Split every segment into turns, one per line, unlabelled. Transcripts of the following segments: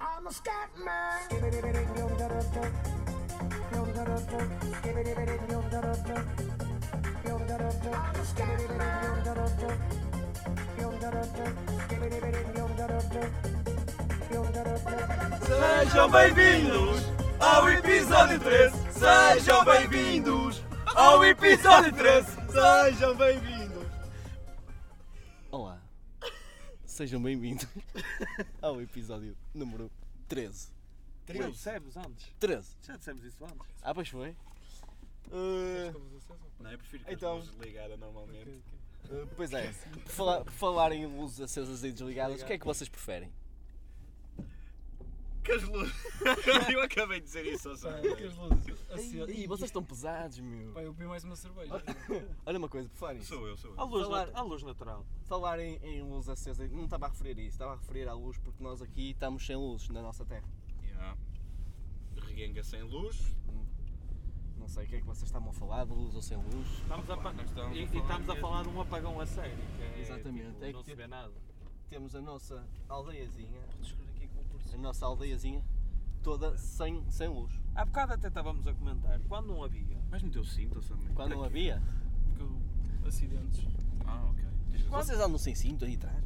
I'm a scat man.
Sejam bem-vindos ao episódio 13. Sejam bem-vindos ao episódio 13. Sejam bem-vindos.
Olá, sejam bem-vindos ao episódio número 13.
Não dissemos antes.
13?
Já dissemos isso antes.
Ah, pois foi. Uh,
Não, eu prefiro que
Então.
então... desligada normalmente.
uh, pois é, por falar, por falar em luzes acesas e desligadas, o que é que vocês preferem?
Que as luzes. eu acabei de dizer isso ao som.
Que as luzes.
Ih, vocês estão pesados, meu.
Pai, eu bebi mais uma cerveja.
Olha uma coisa, por falar nisso.
Sou eu, sou
A
eu.
luz,
Falar-
nat- à luz natural.
Falar em, em luz acesa, não estava a referir a isso, estava a referir à luz porque nós aqui estamos sem luz na nossa terra.
Yeah. Reguenga sem luz.
Não sei o que é que vocês estavam a falar, de luz ou sem luz.
Estamos a,
Opa,
pa-
nós estamos
e,
a
e
falar
estamos a
mesmo.
falar de um apagão a sério. que é,
Exatamente,
tipo,
é que
não se
tipo-
vê nada.
Temos a nossa aldeiazinha, a nossa aldeiazinha toda sem, sem luz.
Há bocado até estávamos a comentar. Quando não havia.
Vais meter o cinto ou something?
Quando não havia.
acidentes.
Ah, ok. Tens razão.
Vocês andam sem cinto aí atrás?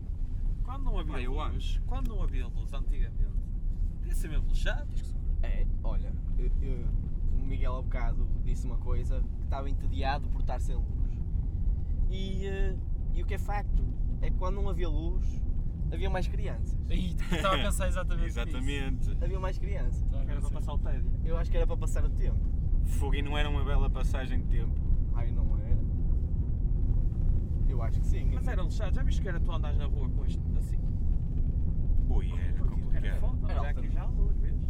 Quando não havia
Ah, eu
luz.
acho.
Quando não havia luz antigamente. Podia ser mesmo lixado.
É, olha, eu- eu- o Miguel há bocado disse uma coisa que estava entediado por estar sem luz. E, eh, e o que é facto é que quando não havia luz, havia mais crianças.
Aí, estava a pensar exatamente. nisso.
Exatamente.
Havia mais crianças.
Estava a
Era para
pensar.
passar o tédio.
Eu acho que era para passar o tempo.
Fogo e não era uma bela passagem de tempo.
Ai, não era? Eu acho que sim.
Mas é, era lixado. Já viste que era tu andares na rua com isto assim?
Ui,
Porque
era
era
complicado.
foda.
Era
Olha aqui
altamente.
já há luz mesmo.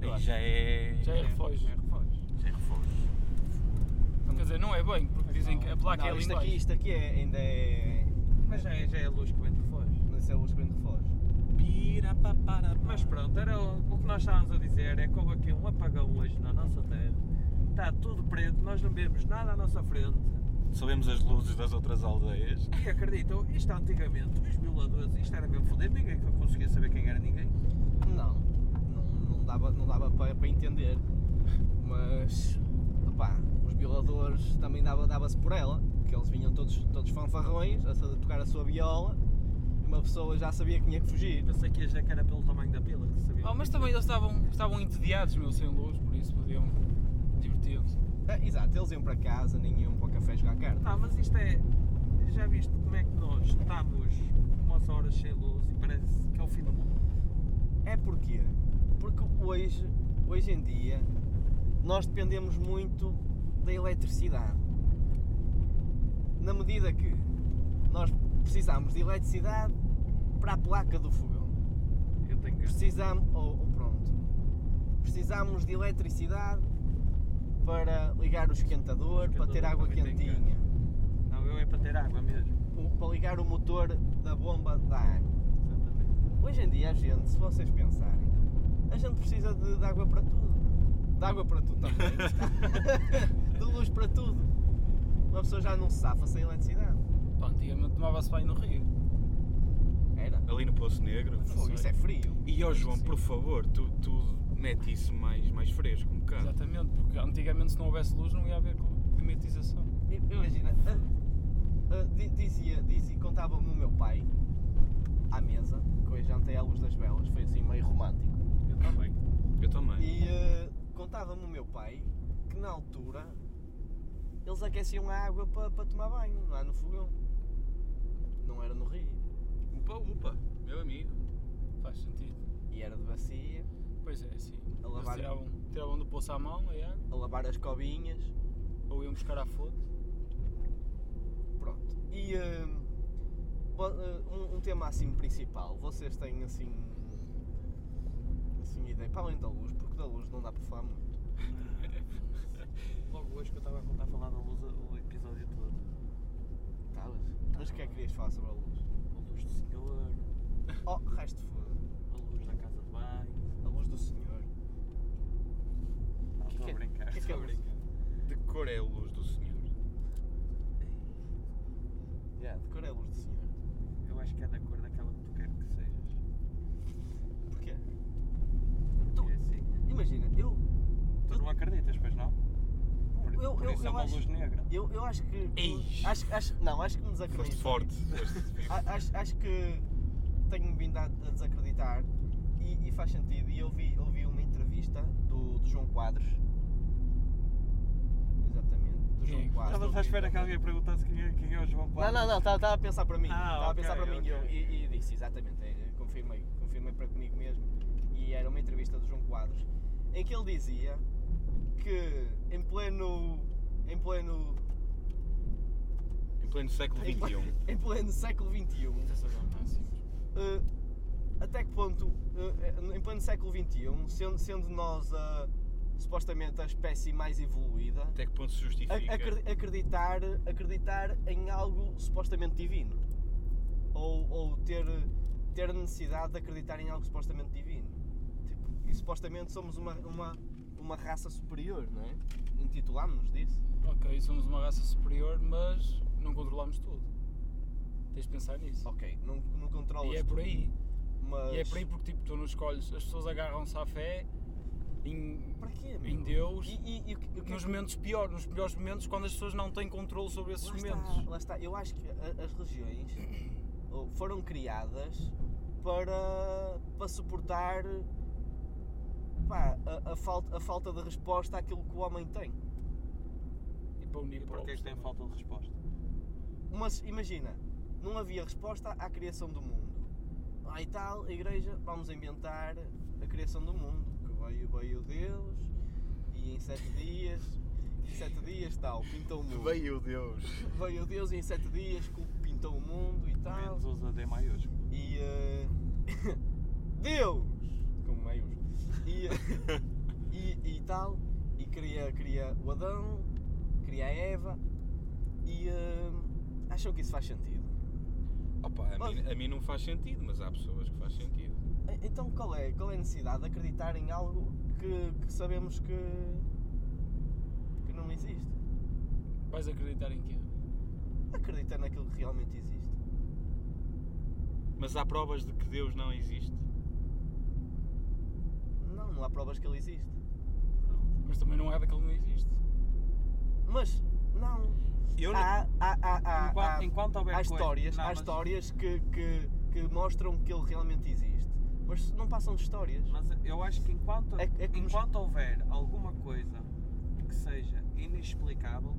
Aí já é.
Já é refógio.
É refógio.
Já é reforço.
Quer dizer, não é bem, porque dizem que a placa é
Não,
ali
isto aqui,
embaixo.
isto aqui é- ainda é.
Mas já é, já é a luz que vem de foge.
Mas é luz que vem de foz.
Pira, pa, para, pa.
Mas pronto, era o, o que nós estávamos a dizer é que houve aqui um apagão hoje na nossa terra. Está tudo preto, nós não vemos nada à nossa frente.
Sabemos as luzes das outras aldeias.
E acreditam, isto antigamente, os violadores, isto era mesmo foder, ninguém que conseguia saber quem era ninguém.
Não, não, não dava, não dava para, para entender. Mas, opá, os violadores também dava- dava-se por ela, porque eles vinham todos, todos fanfarrões a sa- tocar a sua viola e uma pessoa já sabia que tinha que fugir.
Eu sei que já que era pelo tamanho da pila que sabia.
Oh, mas também eles estavam, estavam entediados, meu, sem luz, por isso podiam divertir-se.
Ah, exato, eles iam para casa, nem iam para o café jogar carta.
Não, mas isto é. Já viste como é que nós estamos umas horas sem luz e parece que é o fim do mundo.
É porquê? Porque hoje, hoje em dia, nós dependemos muito da eletricidade. Na medida que nós precisamos de eletricidade para a placa do fogão.
Eu tenho que.
Precisamos, ou, ou pronto, precisamos de eletricidade para ligar o esquentador,
O
para ter
esquentador
água
também tem
quentinha,
Não, eu é para ter água mesmo.
o- para ligar o motor da bomba da água.
Exatamente.
Hoje em dia, a gente, se vocês pensarem, a gente precisa de, de água para tudo. De água para tudo também. de luz para tudo. Uma pessoa já não se safa sem eletricidade.
Pá, antigamente tomava-se banho no rio.
Era.
Ali no Poço Negro.
Fogo, isso é frio.
E ó João, por favor, tu, tu mete isso mais, mais fresco
É.
um bocado.
Exatamente, porque antigamente se não houvesse luz não ia haver cli- climatização.
Imagina, ah, ah, di- dizia, dizia contava-me o meu pai, à mesa, que hoje jantei à luz das velas, foi assim meio romântico.
Eu também. Eu também.
E eh, contava-me o meu pai que na altura eles aqueciam a água para tomar banho, lá no fogão. Não era no rio.
Upa, upa, meu amigo.
Faz sentido.
E era de bacia,
Pois é, sim.
A
Eles
lavar-
tiravam, tiravam do poço à mão, a água,
a lavar as cobinhas,
ou iam buscar à fonte.
pronto. E eh, vo- eh, um, um tema assim principal, vocês têm assim. assim ideia, para além da luz, porque da luz não dá para falar muito.
Logo hoje que eu estava a contar a falar da luz o episódio todo.
Tá, mas- Mas o que é que querias falar sobre a luz?
A luz do senhor,
Oh, resto de foda.
a luz da casa de banho.
A luz do Senhor.
Não,
Que
estou
que
a
é-
brincar.
que é que é
estou a
luz?
brincar.
De que cor é a luz do Senhor?
Yeah, de cor é a luz do Senhor.
Eu acho que é é assim. isso é
eu
uma
acho-
luz negra.
Eu, eu acho que.
Ei.
Acho, acho, não, acho que me
Foste
desacreditei.
forte. foste-
A- Acho, acho que tenho vindo a, a desacreditar e, e faz sentido. E eu vi, eu vi uma entrevista do, do João Quadros. Exatamente, do
Quem é
João
que-
Quadros.
Estavas à espera que alguém perguntasse quem é, quem é o João
Não,
Quadros.
não, não, estava a pensar para mim.
Ah,
Estava a
ok,
pensar para mim e eu-
ok.
e, e disse, exatamente, é, é, confirmei, confirmei para comigo mesmo. E era uma entrevista do João Quadros, em que ele dizia que em pleno. em pleno.
Em pleno século um.
em pleno,
XXI.
em pleno século XXI.
é
eh, até que ponto, eh, em pleno século XXI, sendo, sendo nós a, supostamente a espécie mais evoluída,
Até que ponto se
a-
justifica?
acre- acreditar, acreditar em algo supostamente divino. Ou, ou ter, ter a necessidade de acreditar em algo supostamente divino. Tipo, e supostamente somos uma, uma, uma raça superior, não é? Intitulámos-nos disso.
Ok, somos uma raça superior, mas não controlamos tudo. Tens de pensar nisso.
Ok, não, não controlas
E é por
tudo,
aí.
Mas...
E é por aí porque tipo, tu não escolhes. As pessoas agarram-se à fé em,
Para quê, meu?
em Deus
E, e- e o que- o que é
nos
que-
momentos piores, nos piores momentos, quando as pessoas não têm controle sobre esses
Lá
momentos.
está, lá está. Eu acho que a- as religiões oh, foram criadas para, para suportar pá, a, a falta, a falta de resposta àquilo que o homem tem.
E para unir
E
povos
porquê é que tem
também.
falta de resposta?
Mas imagina, não havia resposta à criação do mundo. Ah, e tal, a igreja, vamos inventar a criação do mundo. Que veio, veio Deus e em sete dias, em sete dias tal, pintou o mundo.
Veio Deus.
Veio Deus e em sete dias pintou o mundo e tal.
Menos usa D maiúsculo.
E. eh, Deus! Com meios. E, eh, e, e tal. E queria, queria o Adão, queria a Eva. E. eh, acham que isso faz sentido?
Opa, a mim, a mim não faz sentido, mas há pessoas que faz sentido.
E- Então qual é, qual é a necessidade de acreditar em algo que, que sabemos que. que não existe?
Vais acreditar em quê?
Acreditar naquilo que realmente existe.
Mas há provas de que Deus não existe.
Não, não há provas que ele existe.
Mas também não é daquele que não existe.
Mas. não.
Eu não-
Há- há- há- há-
Enquanto,
há-
enquanto houver
há
coisa-
histórias,
Não,
há
mas-
histórias que, que, que mostram que ele realmente existe, mas não passam de histórias.
Mas eu acho que enquanto,
É- é como-
enquanto houver alguma coisa que seja inexplicável,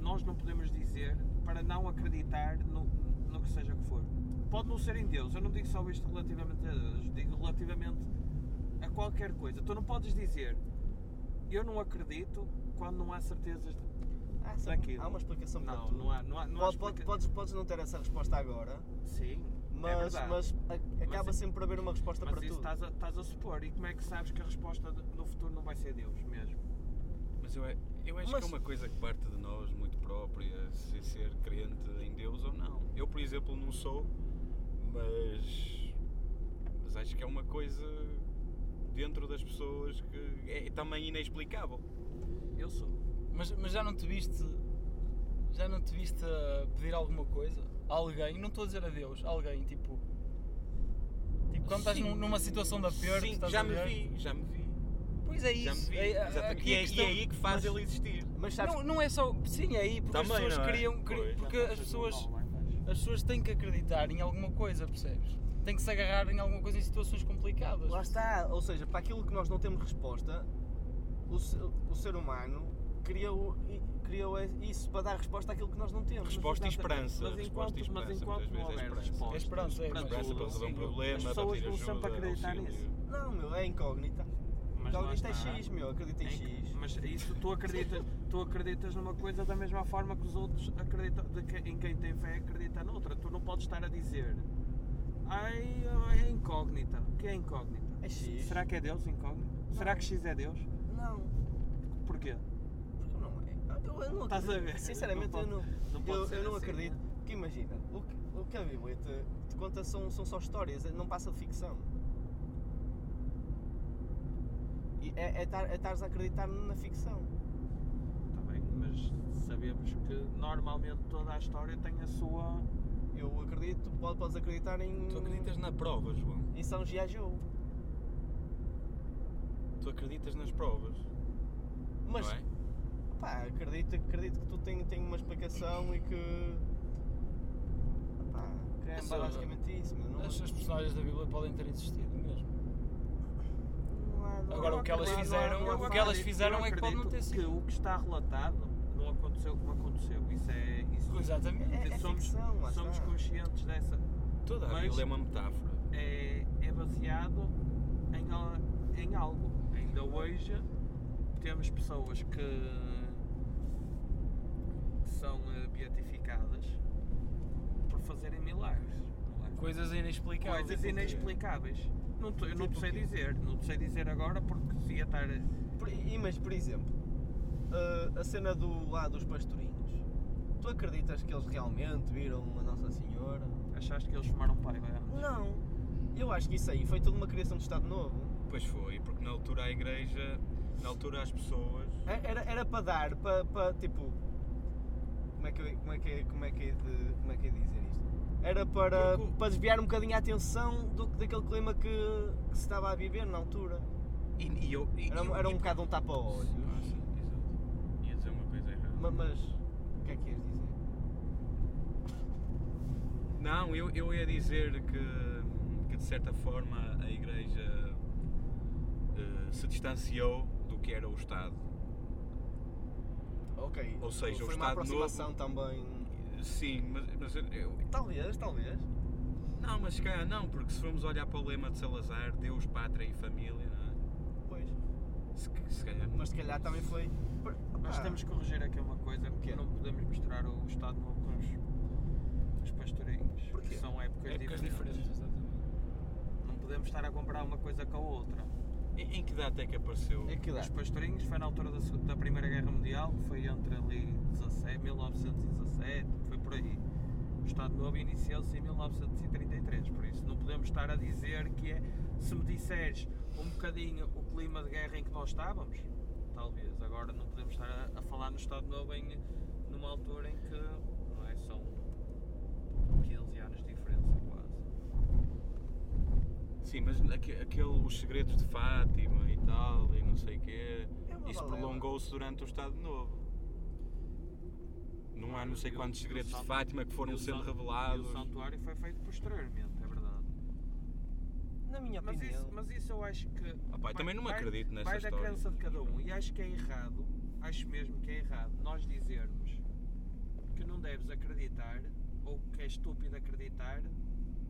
nós não podemos dizer para não acreditar no, no que seja que for. Pode não ser em Deus, eu não digo só isto relativamente a Deus, digo relativamente a qualquer coisa. Tu não podes dizer eu não acredito quando não há certezas de-
Há, sempre-
daquilo.
Ah, há uma explicação para
não,
tudo.
Não há, não há, não há
Pode- pode-
explica-
podes, podes não ter essa resposta agora,
Sim, é
mas,
verdade.
mas a- acaba
Mas- é-
sempre por haver uma resposta
Mas
para
isso
tudo.
estás a, estás a supor. E como é que sabes que a resposta de- no futuro não vai ser Deus mesmo?
Mas eu, é- eu acho
Mas-
que é uma coisa que parte de nós muito própria, se ser crente em Deus ou não. Eu, por exemplo, não sou, mas, mas acho que é uma coisa dentro das pessoas que é também inexplicável.
Eu sou.
Mas, mas já não te viste. Já não te viste a pedir alguma coisa? A alguém? Não estou a dizer a Deus, a alguém, tipo. Tipo, quando estás
Sim.
num- numa situação de aperto,
Sim,
estás
já
a
me
ver?
vi, já me vi.
Pois é
Já me
isso.
vi.
É- é-
Exatamente.
aqui
E
a
é, e é
questão-
aí que faz ele existir.
Mas sabes,
Não, não é só. Sim, é aí, porque
Também,
as
não
pessoas
é?
queriam. queriam-
Pois.
porque as pessoas.
Não,
As pessoas têm que acreditar em alguma coisa, percebes? Têm que se agarrar em alguma coisa em situações complicadas.
lá está, ou seja, para aquilo que nós não temos resposta, o, se- o ser humano criou, i- criou é- isso para dar resposta àquilo que nós não temos.
Resposta e
exatamente.
esperança.
Mas
resposta e
enquanto- mas
esperança.
enquanto
muitas
não
vezes é
houver
esperança.
É esperança, é
Mas
Esperança para
tudo,
resolver um
sim. As
problema, para
pessoas
pedir
vão sempre
ajuda,
acreditar
auxílio.
nisso. Então,
Não, meu, é incógnita.
mas lá
Incógnita é
está.
X, meu, acredita em
É
X.
que- Mas isso tu acreditas, tu acreditas numa coisa da mesma forma que os outros acreditam de que- em quem tem fé acredita noutra. Tu não podes estar a dizer ai é incógnita. O que é incógnita?
É X.
Será que é Deus incógnito? Será que X é Deus?
Não.
Porquê?
Porque não é. Eu, eu não
Estás a
acredito.
ver?
Sinceramente,
Não
eu não,
não pode
eu,
ser
eu não
assim,
acredito.
né?
Porque imagina, o que, o que a Bíblia te, te conta são, são só histórias, é, não passa de ficção. E é estares é estares a acreditar na ficção.
Está bem, mas sabemos que normalmente toda a história tem a sua.
Eu acredito, pode, podes acreditar em.
Tu acreditas na prova, João.
Em São Giajou.
Tu acreditas nas provas.
Mas
não é?
Pá, acredito, acredito que tu tem, tem uma explicação e que. Pá, que é
Essa-
basicamente isso, mas não,
As, as personagens da Bíblia podem ter existido mesmo.
não há- não
Agora,
há
o que elas
acredito, não há-
fizeram-
não há
o que elas
acredito.
fizeram
eu
é que pode não ter
acredito
sido.
que o que está relatado não aconteceu como aconteceu. Isso é. Isso
Exatamente.
É- é
somos
ficção, lá
somos
está.
conscientes dessa.
Toda a
Mas-
Bíblia é uma metáfora.
É, é baseado em, al- em algo. Ainda hoje temos pessoas que são eh, beatificadas por fazerem milagres. não é?
Coisas inexplicáveis.
Coisas inexplicáveis. Não te- eu não te
Tipo
sei
o quê?
dizer, não te sei dizer agora porque se ia estar.
Por- e- mas, por exemplo, a- a cena do lá dos pastorinhos. Tu acreditas que eles realmente viram a Nossa Senhora?
Achaste que eles um fumaram paiva?
Não. Eu acho que isso aí foi tudo uma criação de Estado Novo.
Pois foi, porque na altura a igreja, na altura as pessoas.
É- Era, era para dar, para, para tipo. Como é que eu- como é que é- como é que é de- como é que é de dizer isto? Era para,
Porque o-
para desviar um bocadinho a atenção do, daquele clima que, que se estava a viver na altura.
E, e eu, e,
Era,
e-
era um
e-
bocado um tapa-olhos.
Ah, sim, exato. Ia dizer uma coisa errada.
Ma- Mas, o que é que ias dizer?
Não, eu, eu ia dizer que, que de certa forma a Igreja eh, se distanciou do que era o Estado.
Ok.
Ou seja, o
foi uma
Estado
aproximação também.
Sim, mas, mas eu- eu.
Talvez, talvez.
Não, mas se calhar não, porque se formos olhar para o lema de Salazar, Deus, Pátria e Família, não
Pois.
é? se, se calhar não.
Mas se calhar também foi. Ah. Por-
Nós
Opá,
temos que corrigir aqui uma coisa,
quê?
porque não podemos misturar o Estado Novo com os, os pastorinhos.
Porquê?
que São épocas,
Épocas
diferentes.
diferentes, exatamente.
Não podemos estar a comparar uma coisa com a outra.
Em, em que data é que apareceu?
É que dá.
Os pastorinhos foi na altura da, Seg- da Primeira Guerra Mundial, foi entre ali 17, 1917, foi por aí. O Estado Novo iniciou-se em 1933, por isso não podemos estar a dizer que é. Se me disseres um bocadinho o clima de guerra em que nós estávamos, talvez. Agora não podemos estar a, a falar no Estado Novo em, numa altura em que não é, são 15 anos de diferença quase.
Sim, mas aque- aquele, os segredos de Fátima e tal, e não sei o quê,
É uma
isso
balela.
prolongou-se durante o Estado Novo. Não há não sei
E o- e
quantos
o
segredos de
santo-
Fátima que
e
foram
o
sendo
san-
revelados.
E o santuário foi feito posteriormente, é verdade.
Na minha
Mas
opinião.
isso, mas isso eu acho que.
Ah pá, eu também não
vai-
acredito nessa
vai da
história.
crença de cada um. E acho que é errado, acho mesmo que é errado nós dizermos que não deves acreditar ou que é estúpido acreditar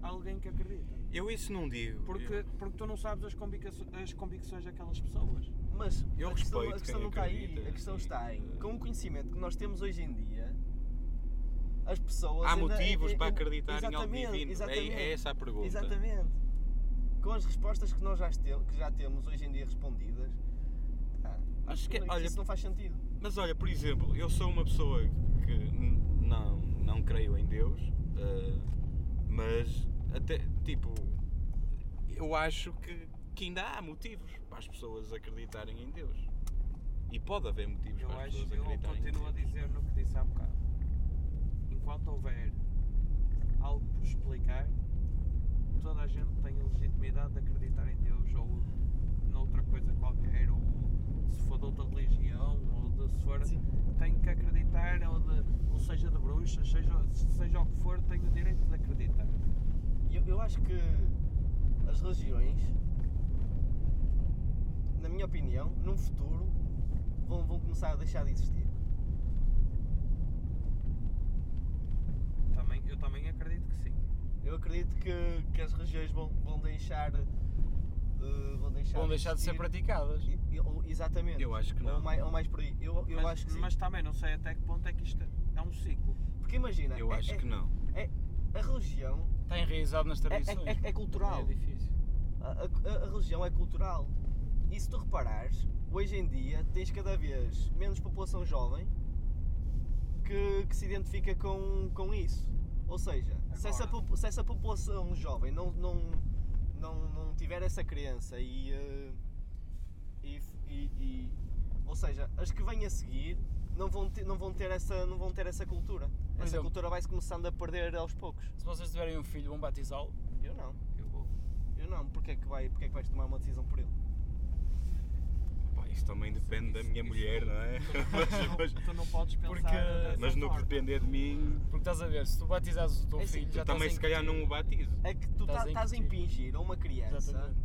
a alguém que acredita.
Eu isso não digo.
Porque,
Eu-
porque tu não sabes as, convicço- as convicções daquelas pessoas.
Mas
Eu
a questão,
respeito
a questão
quem
não está aí.
acredita
A questão
e-
está em. Com o conhecimento que nós temos hoje em dia, as pessoas.
Há
ainda-
motivos
ainda-
para acreditar em algo
exatamente,
divino. É,
Exatamente,
é essa a pergunta.
Exatamente. Com as respostas que nós já, este- que já temos hoje em dia respondidas, pá,
Mas que-
que
olha-
isso não faz sentido.
Mas olha, por exemplo, eu sou uma pessoa que n- não, não creio em Deus, eh, mas até, tipo, eu acho que, que ainda há motivos para as pessoas acreditarem em Deus. E pode haver motivos
Eu
para as
acho,
pessoas
eu
acreditarem em
continuo a
Deus.
dizer no que disse há bocado. Enquanto houver algo por explicar, toda a gente tem a legitimidade de acreditar em Deus ou noutra coisa qualquer, ou se for de outra religião, ou de, se for.
Sim.
Tem que acreditar, ou, de, ou seja de bruxas, seja, seja o que for, tem o direito de acreditar.
Eu, eu acho que as religiões, na minha opinião, num futuro, vão, vão começar a deixar de existir.
Também, eu também acredito que sim.
Eu acredito que, que as religiões vão, vão deixar. eh, vão deixar,
Vão deixar de ser
existir.
praticadas.
E- e- ou- Exatamente.
Eu acho que
Ou
não.
mais, ou mais por aí. Eu, eu
mas,
acho que sim.
mas também não sei até que ponto é que isto é um ciclo.
Porque imagina,
Eu
é-
acho
é-
que não.
a religião
Está enraizado nas
é,
tradições.
é- é- é cultural.
É difícil.
A, a- a religião é cultural. E se tu reparares, hoje em dia tens cada vez menos população jovem que, que se identifica com, com isso. Ou seja, se essa,
Agora.
popu- se essa população jovem não, não, não, não tiver essa crença e, eh, e, f- e- e- Ou seja, as que vêm a seguir não vão ter, não vão ter, essa, não vão ter essa cultura.
Por
Essa
exemplo.
cultura vai-se começando a perder aos poucos.
Se vocês tiverem um filho, vão batizá-lo.
Eu não.
Eu vou.
Eu não, porque é que, vai, porque é que vais tomar uma decisão por ele?
Pá, isso também depende da
Isso-
minha
isso
mulher,
não-
não é?
tu não-
Mas,
tu não podes pensar
Porque-
dessa
mas no que
forma.
depender de mim,
Porque estás a ver, se tu batizares o teu
É assim,
filho,
eu
já
também
estás
se calhar não o batizo.
É que tu
Estás
tá-
a
estás a
incutir.
impingir a uma criança
Exatamente.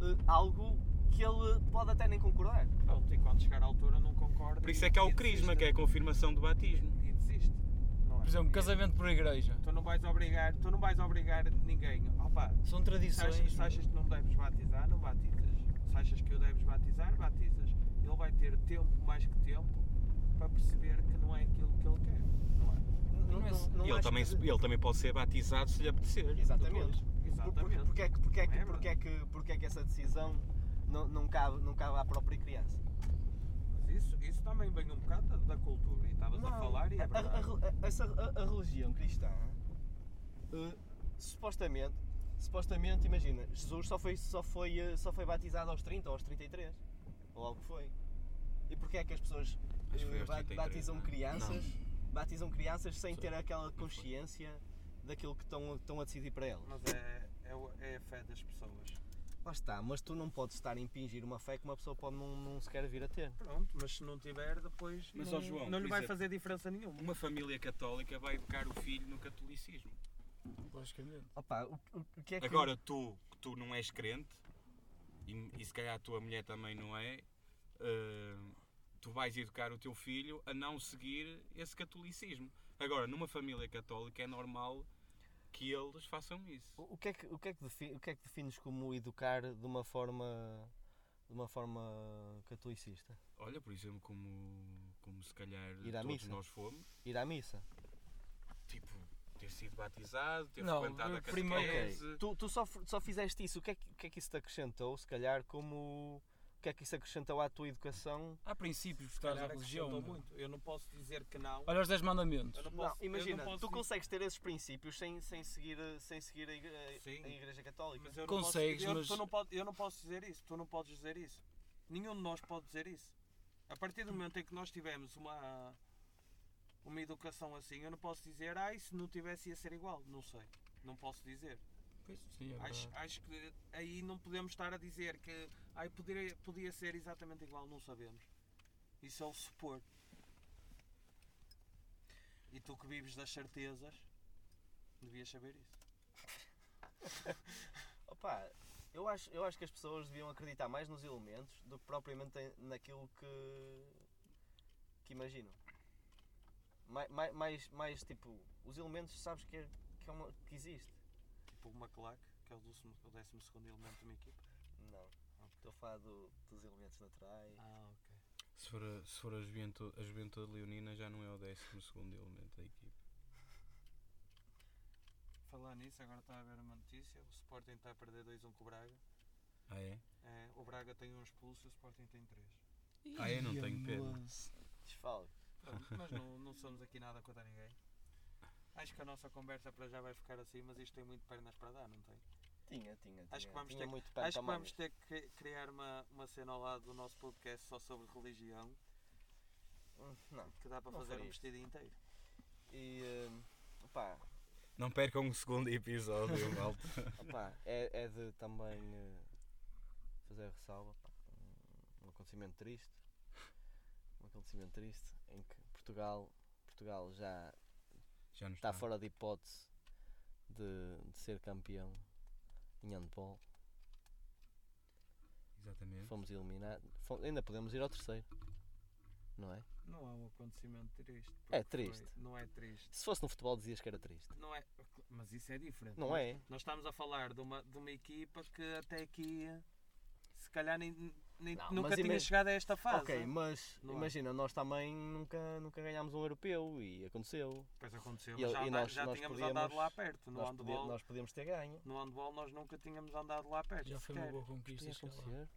eh, algo que ele pode até nem concordar.
Pronto, e quando chegar à altura não concorda.
Por isso
e-
é que há
e
o crisma,
desiste.
que é a confirmação do batismo.
E desiste. Não é?
Por exemplo,
E-
casamento por igreja.
Tu não vais obrigar, tu não vais obrigar ninguém. Opa,
São
se achas,
tradições.
se achas que não me deves batizar, não batizas. Se achas que o deves batizar, batizas. Ele vai ter tempo, mais que tempo, para perceber que não é aquilo que ele quer. Não é?
Não é-
E ele
acho
também,
que-
se- ele também pode ser batizado se lhe apetecer.
Exatamente. Por- Porque,
Exatamente.
porque, é que, porque, é
Não
que,
é
porque, é que, porque é que essa decisão não, não, cabe, não cabe à própria criança?
Mas isso, isso também vem um bocado da, da cultura. E estavas a
Não,
falar e
a-
é
a-
verdade.
a- essa- a- a religião cristã, eh, supostamente, supostamente, imagina, Jesus só foi, só, foi, eh, só foi batizado aos 30 ou aos 33, ou algo que foi. E porquê é que as pessoas
Acho que foi
eh,
aos
ba-
33,
batizam
não é?
crianças, batizam crianças sem
Sim.
ter aquela consciência daquilo que estão, estão a decidir para elas?
Mas é, é, o- é a fé das pessoas.
Lá está, mas tu não podes estar a impingir uma fé que uma pessoa pode não, não sequer vir a ter.
Pronto, mas se não tiver, depois
Mas,
não,
ó João,
não lhe
por
vai
exemplo,
fazer diferença nenhuma.
Uma família católica vai educar o filho no catolicismo.
Logicamente.
Opa, o, o- o que é que.
Agora tu, que tu não és crente, e, e se calhar a tua mulher também não é, eh, tu vais educar o teu filho a não seguir esse catolicismo. Agora, numa família católica é normal que eles façam isso.
O o que, é que, o, que é que defi- o que é que defines como educar de uma forma de uma forma catolicista?
Olha, por exemplo, como, como se calhar
Ir à
todos
missa.
nós fomos,
Ir à missa.
tipo, ter sido batizado, ter
Não,
frequentado a
eu primeiro-
catequese.
Tu, tu só, f- só fizeste isso, o que, é que, o que é que isso te acrescentou, se calhar, como o que é que isso acrescentou à tua educação?
Há princípios por
Se
trás da
calhar
religião.
acrescentou
meu.
muito. Eu não posso dizer que não.
Olha os 10 mandamentos.
Eu não
Não,
posso, eu
imagina,
não posso
tu
dizer-
consegues ter esses princípios sem, sem seguir, a- sem seguir a, igre- a-
Sim.
a Igreja Católica.
Mas eu não
Consegues,
posso, eu,
mas-
tu não pode- eu não posso dizer isso, tu não podes dizer isso. Nenhum de nós pode dizer isso. A partir do momento em que nós tivemos uma, uma educação assim, eu não posso dizer, ai, se não tivesse ia ser igual. Não sei. Não posso dizer.
Sim, é
Acho,
verdade.
acho que aí não podemos estar a dizer que ai, poderia, podia ser exatamente igual, não sabemos. Isso é o supor. E tu que vives das certezas, devias saber isso.
Opa, eu acho, eu acho que as pessoas deviam acreditar mais nos elementos do que propriamente em- naquilo que, que imaginam. Mais, mais, mais tipo, os elementos sabes que, é, que, é uma- que existe.
Tipo o McLack, que é o 12 o 12 elemento de uma equipa.
Não. Estou a falar do- dos elementos naturais.
Ah, ok.
Se for, a, se for a, juventude, a juventude leonina já não é o 12 elemento da equipe.
Falar nisso, agora está a haver uma notícia: o Sporting está a perder 2-1 com o Braga.
Ah é?
É, o Braga tem um expulso e o Sporting tem 3.
Ah é? Não tenho pena.
Desfalque.
mas não, não somos aqui nada contra ninguém. Acho que a nossa conversa para já vai ficar assim, mas isto tem muito pernas para dar, não tem?
Tinha, tinha, tinha.
Acho que vamos
tinha
ter-
muito pano
Acho que
para
vamos ter que cri- criar uma, uma cena ao lado do nosso podcast só sobre religião,
mangas. Hum, Não.
que dá para
Não
fazer um
foi isso.
vestido inteiro.
E. hum, Opa,
Não percam um segundo episódio, malta.
Opa, é, é de também eh, fazer ressalva pá, um acontecimento triste. Um acontecimento triste em que Portugal, Portugal já
Já nos
está fora de hipótese de, de ser campeão em handball.
Exatamente.
Fomos eliminados. Fo- ainda podemos ir ao terceiro. Não é?
Não é um acontecimento triste.
É porque triste.
não é triste.
Se fosse no futebol dizias que era triste.
Não é, mas isso é diferente.
Não é?
Nós estamos a falar de uma, de uma equipa que até aqui se calhar nem, nem-
Não,
nunca
mas
tinha
ima-
chegado a esta fase.
Ok, mas
Não é.
imagina, nós também nunca, nunca ganhámos um europeu e aconteceu.
Depois aconteceu,
E ele-
já,
e
anda-
nós-
já
nós
tínhamos
podíamos-
andado lá perto. No
Nós, podi-
handball,
nós podíamos ter ganho.
no handball nós nunca tínhamos andado lá perto.
Já foi uma
sequer.
boa
Podia
conquista. chegar lá.
acontecer.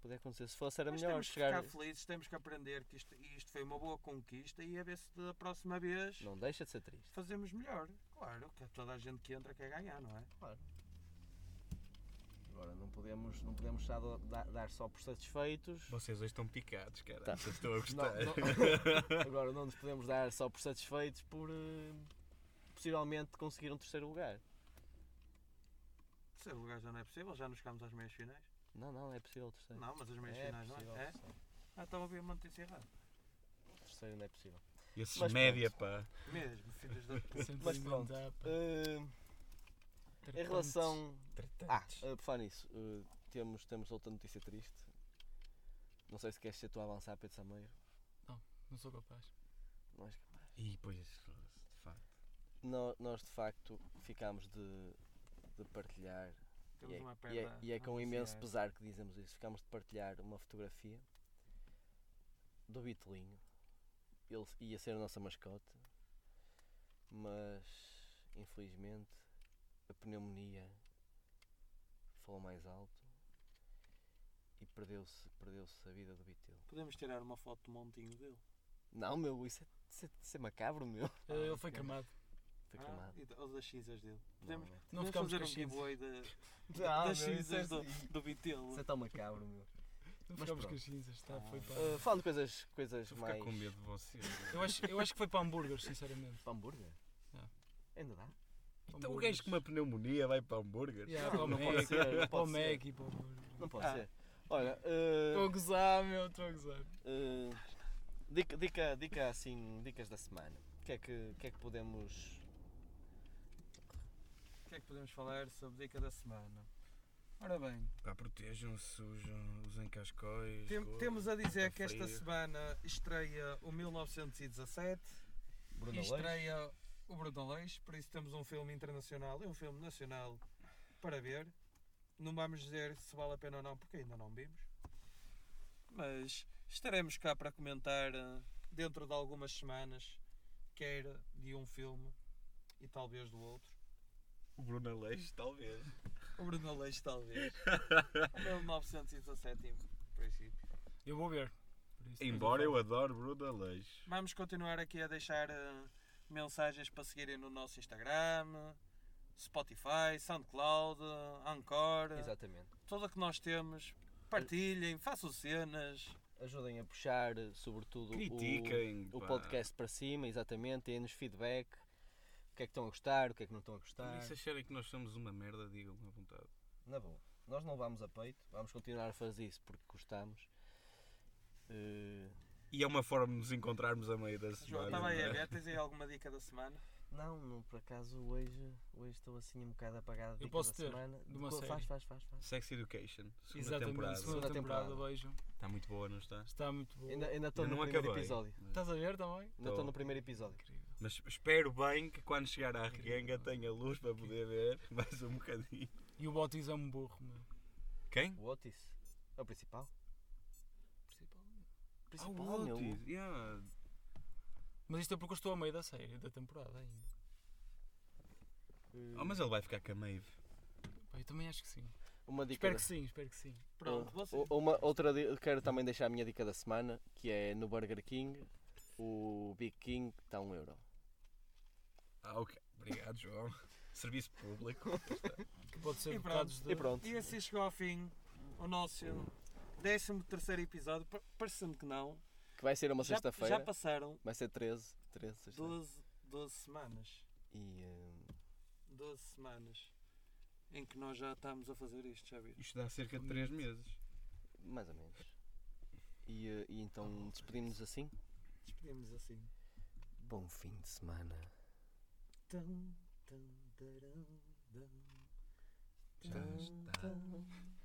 Podia acontecer. Se fosse era
Mas
melhor
temos que
chegar.
ficar felizes, temos que aprender que isto, isto foi uma boa conquista e a ver se da próxima vez
Não deixa de ser triste.
fazemos melhor. Claro, que toda a gente que entra quer ganhar, não é?
Agora não podemos, não podemos já do- da- dar só por satisfeitos.
Vocês hoje estão picados, cara.
Tá.
Estou a
Não-
gostar.
não- agora não nos podemos dar só por satisfeitos por eh, possivelmente conseguir um terceiro lugar.
Terceiro lugar já não é possível, já nos chegámos às meias finais.
Não, não, é possível o terceiro.
Não, mas as meias
é
finais não
possível,
é?
sim.
Ah, estava a ver manter-se errado.
Terceiro não é possível.
Esses
Mas
média, pá.
Mesmo, filhos da puta.
Sempre
Mas
inventar, pá.
Ah, em relação. Ah, ah, por falar nisso, ah, temos, temos outra notícia triste. Não sei se queres ser tu a avançar, Pedro Sameiro.
Não sou capaz.
Nós,
E pois, de facto.
nó- nós de facto ficámos de, de partilhar. E
Temos
é,
uma perda.
e é- e é
a
com imenso
anunciar.
pesar que dizemos isso. Ficámos de partilhar uma fotografia do Bitelinho. Ele ia ser a nossa mascote, mas infelizmente a pneumonia falou mais alto e perdeu-se perdeu a vida do Bitel.
Podemos tirar uma foto do montinho dele.
Não, meu, isso é, isso é, isso é macabro, meu.
Ah, Ele foi cremado.
Foi
Ah,
cremado.
e da- ou das cinzas dele.
Não,
Podemos,
meu.
Não
podemos
ficámos
fazer um
crescidos.
giveaway da-
Ah,
das
meu, isso é-
cinzas do, do Bitelo.
Isso é tão macabro, meu.
Não
Mas
ficámos
pronto.
com as cinzas, tá? Foi para.
Ah, falando de coisas, coisas
Estou a ficar
mais.
com medo de vocês.
Eu acho, eu acho que foi para hambúrgueres, sinceramente.
Para hambúrguer?
Ah.
Ainda dá?
Então o gajo com uma pneumonia vai para hambúrguer.
Yeah, para o
Não
Mac,
pode ser, não
para o
pode ser.
Mac e para o hambúrguer.
Não pode
Ah.
ser. Olha,
Estou a
uh,
gozar, meu, estou a gozar.
uh, dica, dica, dica assim, dicas da semana. O que é que, o que, é que podemos.
O que é que podemos falar sobre dica da semana? Ora bem,
Pá, protejam-se, usam- usem cascóis.
tem-
coisas.
temos a dizer que esta
frio.
semana estreia o 1917
Bruno
e
Aleixo?
estreia o Bruno Leix, por isso temos um filme internacional e um filme nacional para ver. Não vamos dizer se vale a pena ou não, porque ainda não vimos. Mas estaremos cá para comentar eh, dentro de algumas semanas, quer de um filme e talvez do outro.
O Bruno Aleixo, talvez.
O Bruno Leix, talvez. O 1917, em princípio.
Eu vou ver. Por isso,
Embora eu adore Bruno Aleixo.
Vamos continuar aqui a deixar eh, mensagens para seguirem no nosso Instagram, Spotify, Soundcloud, Anchor,
Exatamente.
tudo o que nós temos. Partilhem, façam cenas.
Ajudem a puxar, eh, sobretudo, o,
Critiquem.
o
pá.
podcast para cima, exatamente. Deem-nos feedback. O que é que estão a gostar, o que é que não estão a gostar.
E se acharem que nós somos uma merda, digam à vontade.
é-
Na boa. Nós não vamos a peito, vamos continuar a fazer isso porque gostamos. Eh,
E é uma forma de nos encontrarmos a meio da
João, tá
semana.
estava aí
não
a
é?
ver, tens aí alguma dica da semana?
não, não, por acaso hoje, hoje estou assim um bocado apagado. dica
posso
da
ter,
semana.
de uma
Co- Faz,
série.
faz, faz, faz.
Sex Education, segunda
Exatamente,
temporada.
segunda
Segunda
temporada,
temporada.
vejam.
Está muito boa, não está?
Está muito boa.
Ainda é- ainda estou
Ainda
no
não
primeiro
acabei.
episódio.
Estás a ver também?
Ainda estou
Tô.
no primeiro episódio.
Incrível.
Mas espero bem que quando chegar à regenga tenha luz para poder ver mais um bocadinho.
E o Bautiz é um burro, meu.
Quem?
O Otis é o principal.
Principalmente.
Ah,
Principal,
o
meu.
Otis. Yeah.
Mas isto é porque eu estou a meio da série, da temporada ainda.
Eh,
Ah,
Oh, mas ele vai ficar com a Maeve.
Pá, eu também acho que sim.
Uma dica.
Espero
da-
que sim, espero que sim.
Pronto,
Oh,
você.
oh, Uma, outra di- quero também deixar a minha dica da semana, que é no Burger King, o Big King está a 1 euro.
Ah, ok. Obrigado, João. Serviço público.
Que pode ser
E
bocados de.
E pronto.
E assim chegou ao fim o nosso 13 terceiro episódio, Pa- parecendo que não.
Que vai ser uma
Já, já
sexta-feira.
passaram
Vai ser 13. 13 sexta
12, 12 semanas.
E. eh,
12 semanas em que nós já estamos a fazer isto, já viram?
Isto dá cerca de 3 meses.
mais ou menos. E, eh, e então despedimos-nos assim.
Despedimos assim.
Bom fim de semana.
Tum, tum, taram, dam,
Já
tum,
está.
tum,